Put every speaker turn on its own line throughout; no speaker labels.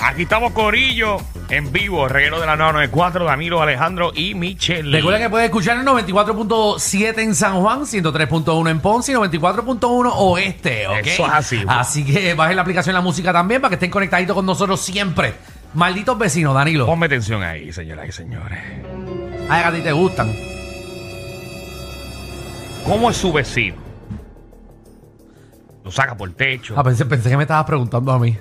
Aquí estamos Corillo en vivo, reguero de la 994, Danilo, Alejandro y Michelle.
Recuerda que puedes escuchar en 94.7 en San Juan, 103.1 en Ponce y 94.1 Oeste, ¿ok?
Eso es así, pues. bro.
Así que bajen la aplicación La Música también para que estén conectaditos con nosotros siempre. Malditos vecinos, Danilo.
Ponme atención ahí, señoras y señores.
Ay, a ti te gustan.
¿Cómo es su vecino? Lo saca por el techo.
Ah, pensé, pensé que me estabas preguntando a mí.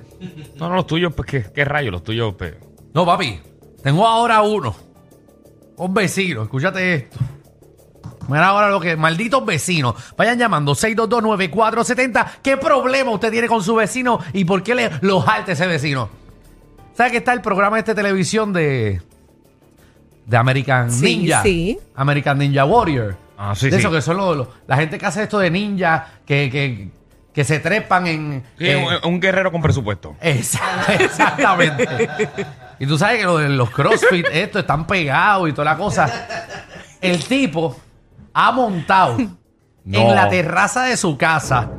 No, no, los tuyos, pues, ¿qué, qué rayos? Los tuyos, pues.
No, papi, tengo ahora uno. Un vecino, escúchate esto. Mira ahora lo que, malditos vecinos. Vayan llamando 6229470. ¿Qué problema usted tiene con su vecino y por qué le, lo jalta ese vecino? ¿Sabe que está el programa este de televisión de, de American
Sí,
Ninja?
sí.
American Ninja Warrior.
Ah, sí,
de
sí.
eso que son los, los- la gente que hace esto de ninja, que, que, que se trepan en...
Sí,
en-
un, un guerrero con presupuesto.
Esa- Exactamente. y tú sabes que lo de los CrossFit, esto, están pegados y toda la cosa. El tipo ha montado
No.
en la terraza de su casa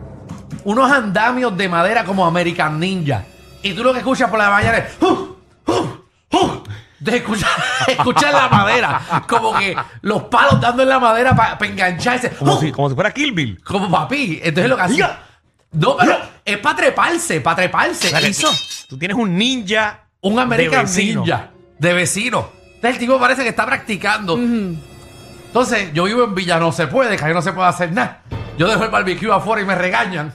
unos andamios de madera como American Ninja. Y tú lo que escuchas por la mañana es... "Uh, uh, uh". De escuchar, escuchar la madera, como que los palos dando en la madera para engancharse.
Como,
"Uh".
si, como si fuera Kill Bill.
Como papi. Entonces lo que hacía. No, pero es para treparse, para treparse.
O sea, que
Hizo
Tú tienes un ninja.
un
de
American
vecino.
Ninja de vecino. Entonces el tipo parece que está practicando. Entonces yo vivo en Villa, no se puede, que ahí no se puede hacer nada. Yo dejo el barbecue afuera y me regañan.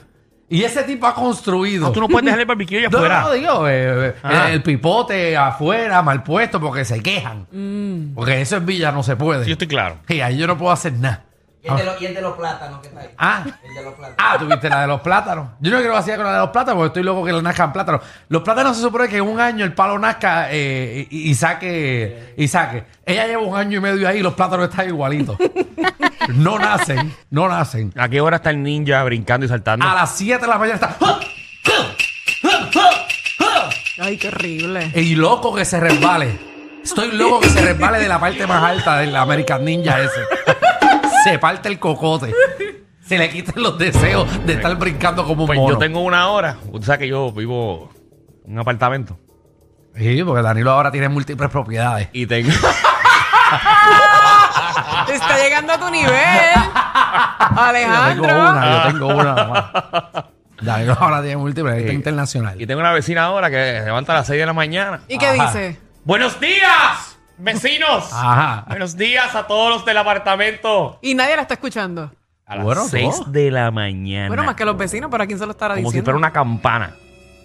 Y ese tipo ha construido.
No, Ah, tú no puedes dejar el barbecue allá
No,
afuera.
no, digo, eh, eh,
Ah.
el pipote afuera, mal puesto, porque se quejan.
Mm.
Porque eso en Villa no se puede.
Sí, Yo estoy claro.
Y ahí yo no puedo hacer nada.
Y el, de los, y el de los plátanos que está ahí.
Ah.
El de los plátanos.
Ah, tuviste la de los plátanos. Yo no quiero vaciar con la de los plátanos porque estoy loco que le nazcan plátanos. Los plátanos se supone que en un año el palo nazca eh, y, y saque, y saque. Ella lleva un año y medio ahí y los plátanos están igualitos. No nacen, no nacen.
¿A qué hora está el ninja brincando y saltando?
A las 7 de la mañana está... ¡Ah!
Ay, qué horrible.
Y loco que se resbale. Estoy loco que se resbale de la parte más alta del American Ninja ese. Se parte el cocote. Se le quitan los deseos de estar brincando como un
pues
mono.
yo tengo una hora. Usted sabe que yo vivo en un apartamento.
Sí, porque Danilo ahora tiene múltiples propiedades.
Y tengo.
Te está llegando a tu nivel.
Yo tengo
Alejandro.
una, yo tengo una nomás. Danilo ahora tiene múltiples, está
Y
internacional.
tengo una vecina ahora que se levanta a las 6 de la mañana.
¿Y qué
Ajá.
dice?
¡Buenos días, vecinos!
Ajá.
¡Buenos días a todos los del apartamento!
Y nadie la está escuchando.
A las
Bueno,
6
¿cómo?
de la mañana.
Bueno, más que los vecinos, ¿para quién se lo estará
Como si
diciendo?
fuera una campana.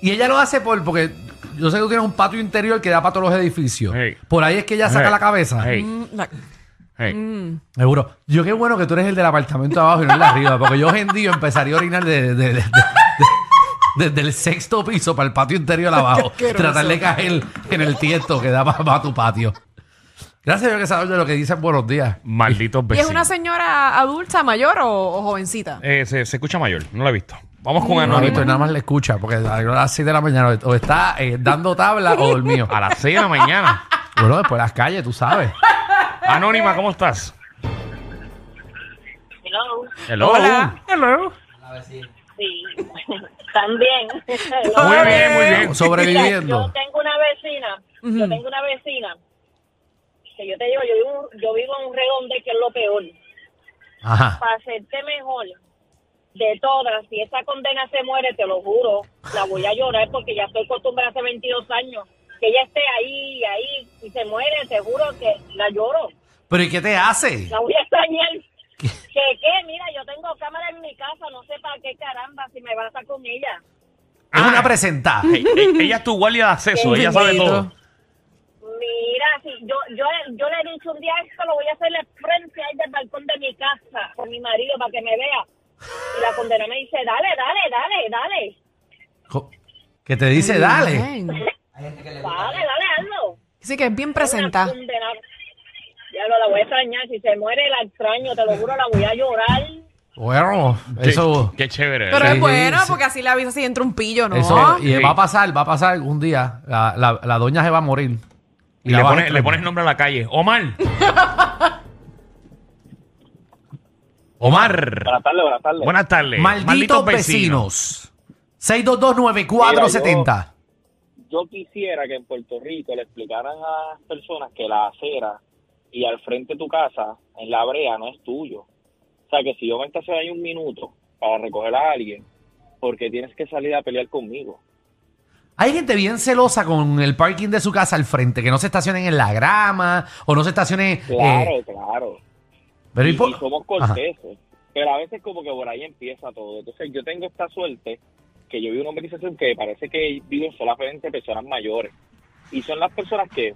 Y ella lo hace por, porque yo sé que tú tienes un patio interior que da para todos los edificios.
Hey.
Por ahí es que ella saca
Hey.
la cabeza. Mm.
Hey,
Mm, la-
hey.
Mm.
Seguro. Yo qué bueno que tú eres el del apartamento de abajo y no el de arriba, porque yo gendio empezaría a orinar de- de- de- de- de- desde el sexto piso para el patio interior abajo.
Qué asqueroso.
Tratar de caer en el tiesto que da para, tu patio. Gracias a Dios que sabes de lo que dicen buenos días.
Malditos
Pues
¿Y es
vecinos.
una señora adulta, mayor o, o jovencita?
Eh, se, se escucha mayor, no la he visto. Vamos con
No,
Anónimo.
Víctor nada más le escucha, porque a las 6 de la mañana o está eh, dando tabla o dormido.
A las 6 de la mañana.
Bueno, después las calles, tú sabes.
Anónima, ¿cómo estás?
Hello.
Hello.
Hola. Hello.
La vecina.
Sí, también.
Muy bien, muy bien.
Yo
Sobreviviendo.
tengo una vecina, yo
Ujú.
tengo una vecina, que yo te digo, yo vivo, yo vivo en un redonde que es lo peor.
Ajá.
Para hacerte mejor, de todas, si esa condena se muere, te lo juro, la voy a llorar porque ya estoy acostumbrada hace 22 años. Que ella esté ahí, ahí, y se muere, te juro que la lloro.
Pero ¿y qué te hace?
La voy a extrañar. ¿Qué? ¿Qué? Mira, yo tengo cámara en mi casa, no sé para qué caramba si me vas a estar con ella.
Es
Ah.
una presentada.
Eh, eh, ella es tu guardia de acceso, ella sabe todo.
Mira, sí, yo, yo, yo le he dicho un día esto, lo voy a hacer frente ahí del balcón de mi casa con mi marido para que me vea. Y la condena me dice, dale, dale, dale, dale,
Co- Que te dice, dale.
Bien.
Hay gente que le gusta.
dale, dale, hazlo.
Sí que es bien
Una
presentada.
condena. Ya lo la voy a extrañar, si se muere la extraño, te lo juro, la voy a llorar.
Bueno, eso.
Qué, qué chévere.
Pero
¿eh?
Sí,
es bueno,
sí.
porque así le avisa si entra un pillo, ¿no?
eso y
Ah. Sí.
va a pasar, va a pasar un día. La, la- la doña se va a morir.
Y le
la vas a
pones, le
extrañar.
pones nombre a la calle. Omar. Omar.
Buenas tardes, buenas tardes.
Buenas tardes.
Malditos vecinos. 6229470.
yo quisiera que en Puerto Rico le explicaran a las personas que la acera y al frente de tu casa, en la brea, no es tuyo. O sea, que si yo me estaciono ahí un minuto para recoger a alguien, porque tienes que salir a pelear conmigo.
Hay gente bien celosa con el parking de su casa al frente, que no se estacionen en la grama o no se estacionen.
Claro,
eh,
claro.
pero
y,
¿y por-
y somos
Ajá.
corteses. Pero a veces como que por ahí empieza todo. Entonces yo tengo esta suerte que yo vi una organización que parece que viven solamente personas mayores. Y son las personas que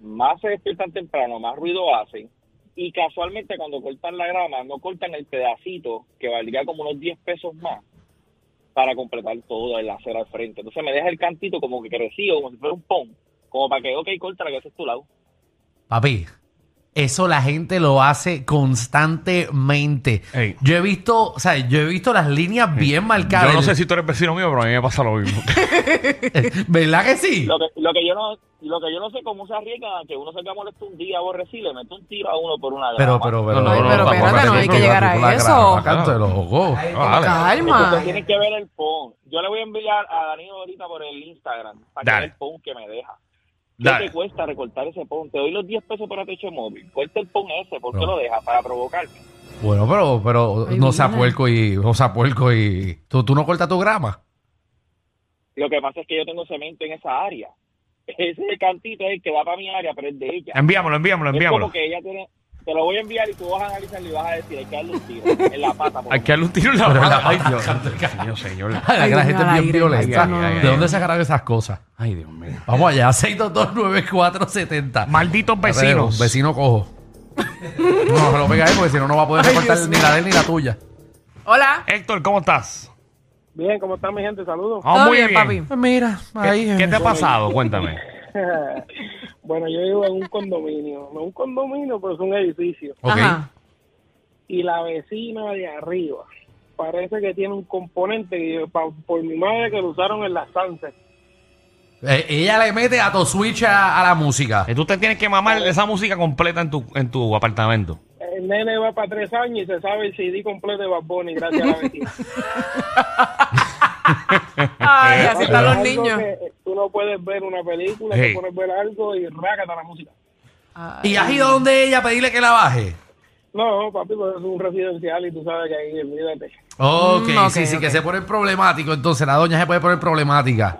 más se despiertan temprano, más ruido hacen. Y casualmente cuando cortan la grama, no cortan el pedacito que valdría como unos 10 pesos más para completar todo el acero al frente. Entonces me deja el cantito como que crecido, como si fuera un pon. Como para que, ok, corta la que haces tu lado.
Papi, eso la gente lo hace constantemente.
Ey.
Yo he visto, o sea, yo he visto las líneas bien marcadas.
Yo no sé si tú eres vecino mío, pero a mí me pasa lo mismo.
¿Verdad que sí?
Lo que, lo que yo no lo que yo no sé cómo se arriesga que uno salga molesto un día aborrecido le mete un tiro a uno por una
Pero,
grama.
pero, pero.
No, no,
Ay,
no,
pero
no,
espérate,
no, no,
hay
no,
que
no,
llegar
no,
a
no, no,
eso.
no, no,
Canto de los ojos.
Ahí,
Vale.
Calma.
Entonces tienen que ver el pon. Yo le voy a enviar a Danilo ahorita por el Instagram para que
Dale.
vea el pon que me deja. ¿Qué te
Dale.
cuesta recortar ese pon? Te doy los 10 pesos para techo móvil. Corta el pon ese, ¿por qué
No.
lo dejas? Para provocarme.
Bueno, pero, pero
Ay,
no
mira.
sea puerco y. No sea puerco y. Tú, tú no cortas tu grama.
Lo que pasa es que yo tengo cemento en esa área. Ese cantito es el que va para mi área, pero es de ella.
Enviámoslo, enviámoslo,
Es
enviámoslo.
como que ella tiene... Te lo voy a enviar y tú vas a analizar y vas a decir, hay que darle un tiro en la pata. por lo
Hay que darle un tiro en la
Pero en la
mano. Ay,
pata,
Dios
canto de
mío, señor.
La
Ay,
gente es
al
bien
aire,
violenta.
ay, ay, ay,
¿De dónde
ay.
sacaron esas cosas?
Ay, Dios mío.
Vamos allá, 6229470.
Malditos vecinos.
Vecino cojo. No, lo pega ahí porque si no, no va a poder
Ay,
recortar
Dios
ni
mío.
la de él ni la tuya.
Hola.
Héctor, ¿cómo estás?
Bien, ¿cómo está mi gente? Saludos.
Vamos
Todo
muy
bien,
bien.
papi.
Pues mira,
¿Qué, qué te ha pasado? Cuéntame.
bueno, yo vivo en un condominio. No un condominio, pero es un edificio.
Ok.
Ajá.
Y la vecina de arriba parece que tiene un componente que yo- pa- por mi madre que lo usaron en las Sunset.
Eh, ella le mete a tu switch a, a la música.
Eh, Tú te tienes que mamar esa música completa en tu, en tu apartamento.
El nene va para tres años y se sabe el CD completo de Bad Bunny gracias a la vecina.
Ay, así están los
Algo
niños.
que, eh, tú no puedes ver una película,
Hey.
te pones a ver algo y rácata la música.
¿Y has ido donde ella a pedirle que la baje?
No, papi, pues es un residencial y tú sabes que ahí, olvídate.
Ok,
Mm, ok,
sí, sí,
ok.
que se pone problemático. Entonces la doña se puede poner problemática.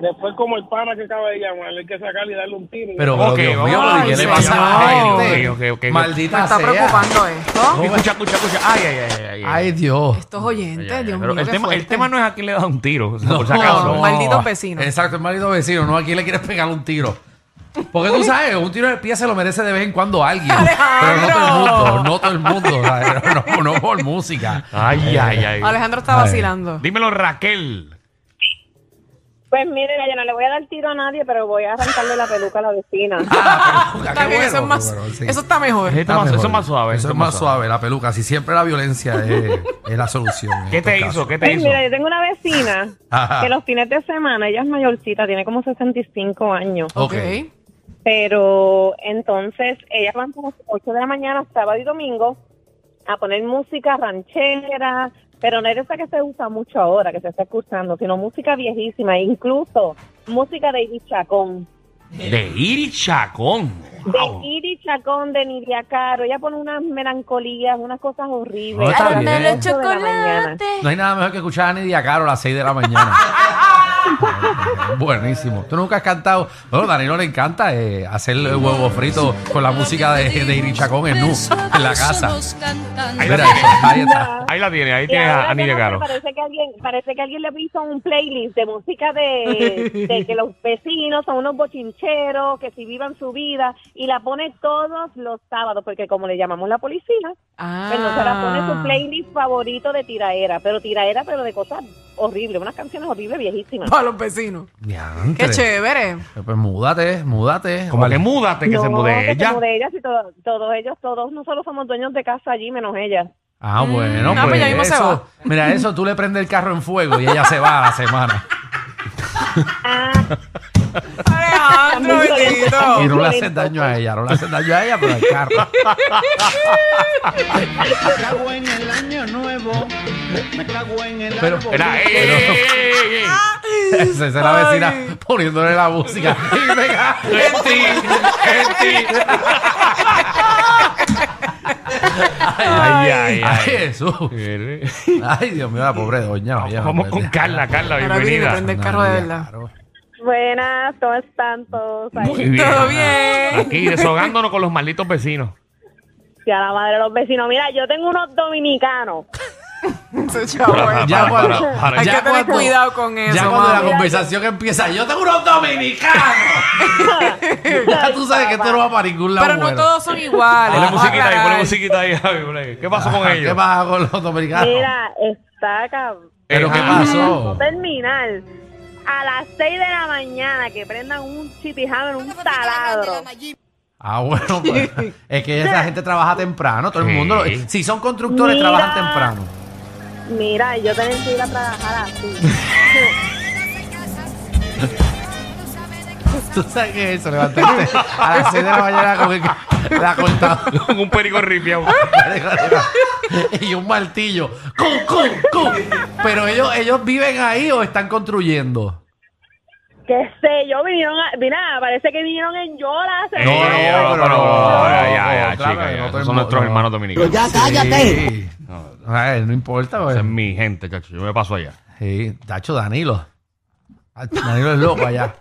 Después como el pana que acaba de llamar, hay que sacarle y darle un tiro.
Pero,
Ok,
pero, Dios mío,
vamos.
¿pero ¿qué le
Ay,
pasa a la
señor.
gente?
Ok, ok, ok.
Maldita
Me está
sea.
preocupando esto.
Escucha, escucha, escucha. Ay, ay, ay, ay. ay.
Ay, Dios.
Estos
Ay, ay,
oyentes,
ay.
Dios
Pero
mío.
el,
qué
tema, el
fuerte.
tema no es a quién le das un tiro, o sea, por si
No,
acaso.
malditos vecinos.
Exacto, el maldito vecino. No, a quién le quieres pegar un tiro. Porque tú sabes, un tiro en el pie se lo merece de vez en cuando alguien. Pero no todo el mundo, no todo el mundo. o sea, No, no por música.
Ay, ay, ay.
Alejandro está
Ay.
vacilando.
Dímelo, Raquel.
Pues mire, yo no le voy a dar tiro a nadie, pero voy a arrancarle la peluca a la vecina.
Ah, peluca,
Está
qué
bien, eso, es
bueno,
más,
qué bueno, sí.
eso está mejor.
Está más- eso es más suave.
Eso es más suave, la peluca. Si siempre la violencia es, es la solución. en
¿Qué
Este
te
estos casos.
hizo? ¿Qué te
Ay,
hizo?
Pues mira, yo tengo una vecina
Ajá.
que los fines de semana, ella es mayorcita, tiene como 65 años,
Ok.
ok.
pero entonces ella va a las 8 de la mañana, sábado y domingo, a poner música ranchera, pero no es esa que se usa mucho ahora, que se está escuchando, sino música viejísima, incluso música de Iris Chacón,
De Iri Chacón. Wow.
de Iris Chacón, de Nidia Caro, ella pone unas melancolías, unas cosas horribles.
No, está
a las
bien.
ocho de la mañana.
No hay nada mejor que escuchar a Nidia Caro a las 6 de la mañana. Buenísimo. Tú nunca has cantado. Bueno, a Danilo le encanta eh, hacer huevo frito con la música de, de Iri Chacón en nu, en la casa.
Ahí
Mira,
la tiene.
ahí está.
Ahí la tiene, ahí
Y
tiene
ahora
a, a
yo no
Nidia
sé,
Caro.
Parece que alguien, parece que alguien le hizo un playlist de música de, de que los vecinos son unos bochincheros, que si vivan su vida, y la pone todos los sábados, porque como le llamamos la policía,
Ah.
pues no se la pone su playlist favorito de tiraera, pero tiraera, pero de cosas horribles, unas canciones horribles viejísimas.
Para los vecinos. Qué
Diantre.
chévere.
Pues múdate, múdate.
Como
Vale.
que múdate, que
No,
se mude
que se
ella.
mude ella, si todo- todos ellos, todos nosotros somos dueños de casa allí, menos ella.
Ah, bueno,
Mm, ah, pues ya mismo se
eso-
va.
Mira, eso tú le prendes el carro en fuego y ella se va a la semana.
Ah,
Alejandro,
También
Y no
bendito.
le hacen daño a ella, no le hacen daño a ella, pero al carro. Pero,
Era, eh, ey, ey,
pero-
ey, ey, ey, ey.
Esa es la
Ay.
vecina poniéndole la música. Y venga,
En ti, en ti. Ay, ay,
ay,
ay.
Jesús. Ay, Dios mío, la pobre doña. oye,
Vamos
no
con
puede-
Carla, Carla,
Ahora viene,
bienvenida.
prende el carro de
Nadia,
verdad.
claro.
Buenas, ¿cómo están todos? Ahí?
Muy bien.
Todo bien.
Aquí deshogándonos con los malditos vecinos.
Ya la madre de los vecinos. Mira, yo tengo unos dominicanos.
Ese chavo, eh.
Ya cuando,
para- para-
Hay
ya
que tener
cuando-
cuidado con eso,
Ya cuando
mami.
la conversación empieza, yo tengo unos dominicanos. ya tú sabes que esto no va para ningún lado.
Pero no
bueno.
todos son iguales.
Ponle
vamos a
musiquita ahí, ponle
aclarar.
musiquita ahí, Javi, ponle. ¿Qué pasó con
Ah, ¿Qué
ellos?
pasa con los dominicanos?
Mira, está cabrón.
¿Pero
Eh,
qué
ah,
pasó?
Terminal. A las 6 de la mañana que prendan un chipijammer, un taladro.
Ah, bueno, pues, es que esa gente trabaja temprano, todo el mundo. lo-
Sí.
si son constructores,
Mira.
trabajan temprano.
Mira, yo tengo que ir a trabajar así.
Tú sabes que eso, levantaste a las 6 de la mañana con el- la cortadora.
Con un perico Eh, ripiado.
y un martillo. ¡Cum, cum, cum! Pero ellos, ellos viven ahí o están construyendo.
Qué sé yo, vinieron a, mira, parece que vinieron en Yola. se-
Ey,
no,
ey,
no,
pero
no, no,
ya, ya, ya,
no, claro,
chica,
no,
ya. Esos
todo
son
el mundo,
nuestros
no.
hermanos dominicanos.
¡Cállate! no importa, pues.
Esa es
güey.
mi gente, chacho. Yo me paso allá.
Sí, Tacho Danilo. Ah, Danilo es loco allá.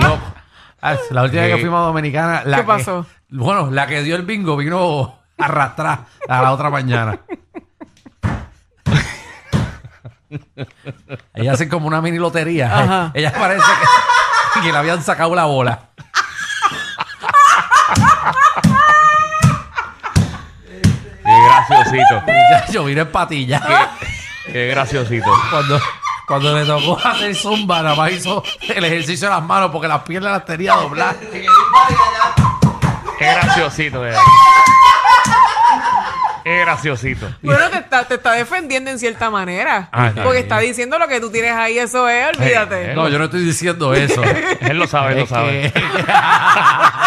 loco. Ah, La última vez que
Sí.
fuimos a Dominicana. La
¿Qué
que-
pasó?
bueno, la que dio el bingo vino a arrastrar a la otra mañana. Ella hace como una mini lotería.
Ajá.
Ella parece que, que le habían sacado la bola.
Qué graciosito.
Ya yo vine en patilla.
Qué graciosito.
Cuando, cuando le tocó hacer zumba, nada más hizo el ejercicio de las manos porque las piernas las tenía dobladas.
Se quedó inválida ya.
Qué graciosito de Qué graciosito.
Bueno, te está, te está defendiendo en cierta manera.
Ah, está
porque
bien.
está diciendo lo que tú tienes ahí, eso es, olvídate.
eh.
No, yo no estoy diciendo eso.
Él lo sabe, él lo
Es
sabe.
que-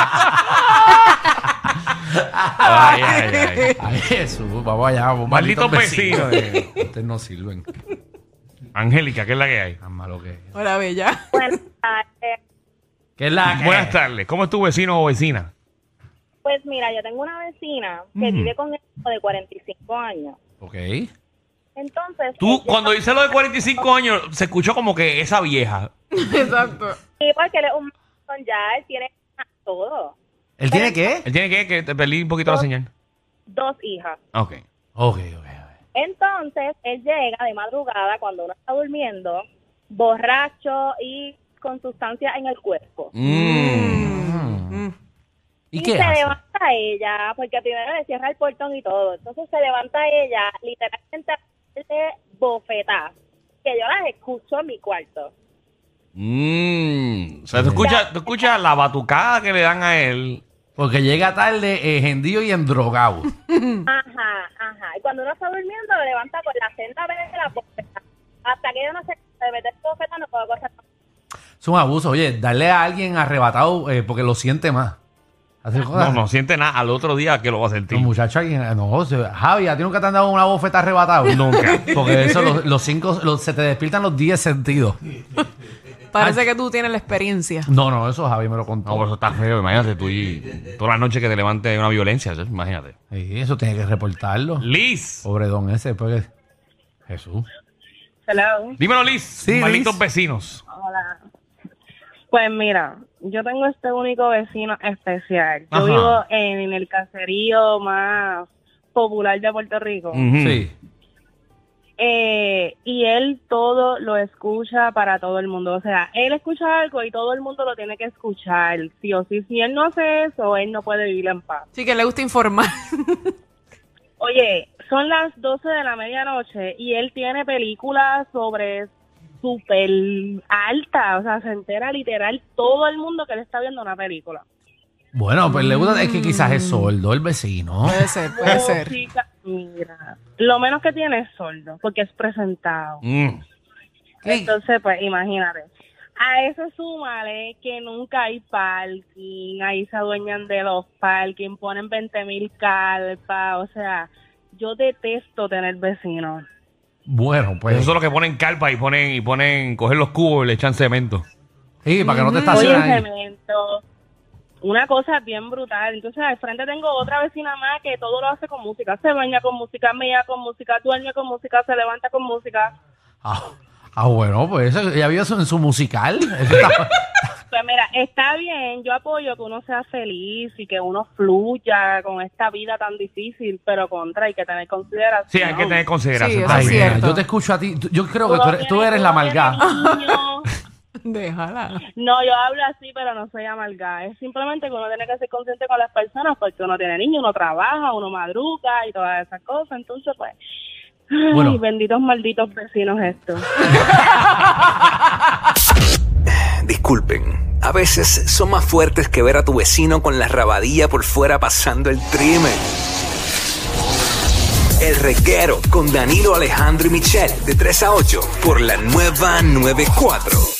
Ay, ay, ay.
Ay, Jesús, vamos allá, vamos.
Malditos vecinos.
eh. Ustedes no sirven.
Angélica, ¿qué es la que hay?
Tan malo que es.
Hola, bella.
Buenas tardes.
Ah, ¿Qué es la que
Buenas tardes. ¿Cómo es tu vecino o vecina?
Pues mira, yo tengo una vecina que
Mm.
vive con un hijo de 45 años.
Ok.
Entonces,
Tú,
ella-
cuando dices lo de 45 años, se escuchó como que esa vieja.
Exacto.
Sí, porque él es un montón ya, él tiene todo.
¿Él tiene qué?
Él tiene que, que te perdí un poquito la señal.
Dos hijas.
Ah, Ok.
Ok, ok. ok.
Entonces, él llega de madrugada cuando uno está durmiendo, borracho y con sustancia en el cuerpo.
Mm. ¿Y,
Y
qué
se
hace?
levanta ella, porque primero le cierra el portón y todo. Entonces se levanta ella, literalmente de bofetá, que yo las escucho en mi cuarto.
O sea, tú escuchas, tú escuchas la batucada que le dan a él.
Porque llega tarde, eh, gendío y endrogado.
Ajá, ajá. Y cuando uno está durmiendo, lo levanta con la senda de la bofetá. Hasta que yo no sé, de meter bofetá no puedo cosas.
es un abuso. Oye, darle a alguien arrebatado eh, porque lo siente más. Hacer
No,
cosas.
no siente nada. Al otro día que lo va a sentir.
Los muchachos, alguien, no, se- Javi, ¿a ti nunca te han dado una bofeta arrebatado?
Nunca.
Porque eso, los, los cinco, los- se te despiertan los 10 sentidos.
Parece que tú tienes la experiencia.
No, no, eso Javi me lo contó.
No, pero eso está feo. Imagínate tú y toda la noche que te levantes una violencia. ¿sí? Imagínate.
Sí, eso tiene que reportarlo.
Liz.
Pobre don ese, porque... Jesús.
Hello.
Dímelo, Liz.
Sí,
Malditos
Liz.
vecinos.
Hola. Pues mira, yo tengo este único vecino especial. Yo
Ajá.
vivo en, el caserío más popular de Puerto Rico.
Ujú.
Sí.
Eh, y él todo lo escucha para todo el mundo. O sea, él escucha algo y todo el mundo lo tiene que escuchar. Sí o sí, si él no hace eso, él no puede vivir en paz.
Sí, que le gusta informar.
Oye, son las 12 de la medianoche y él tiene películas sobre súper alta, o sea, se entera literal todo el mundo que le está viendo una película.
Bueno, pues le gusta, es que quizás es
Mm.
sordo el vecino.
Puede ser, puede ser.
Música, mira, lo menos que tiene es sordo, porque es presentado.
Mm.
Entonces, pues imagínate. A eso súmale que nunca hay parking, ahí se adueñan de los parking, ponen 20 mil calpas, o sea, yo detesto tener vecinos.
Bueno, pues.
Eso es lo que ponen calpa y ponen, y ponen, cogen los cubos y le echan cemento.
Sí, para que no te
Oye,
estaciones ahí.
cemento. Una cosa bien brutal. Entonces, al frente tengo otra vecina más que todo lo hace con música. Se baña con música, mea con música, duerme con música, se levanta con música.
Ah, ah, bueno, pues eso, ella vive eso en su musical. Eso está-
Pues mira, está bien, yo apoyo que uno sea feliz y que uno fluya con esta vida tan difícil, pero contra hay que tener consideración.
Sí, hay que tener consideración.
Sí, eso
Ay,
es
mira,
cierto.
yo te escucho a ti. tú- Yo creo que
Uno
tú eres, tú
tiene-
eres la
uno tiene
amargada.
niños.
Déjala.
No, yo hablo así, pero no soy amargada. Es simplemente que uno tiene que ser consciente con las personas porque uno tiene niños, uno trabaja, uno madruga y todas esas cosas. Entonces, pues, ay,
Bueno.
benditos malditos vecinos estos.
Disculpen, a veces son más fuertes que ver a tu vecino con la rabadilla por fuera pasando el trimen. El reguero con Danilo Alejandro y Michel de 3 a 8 por la nueva 94.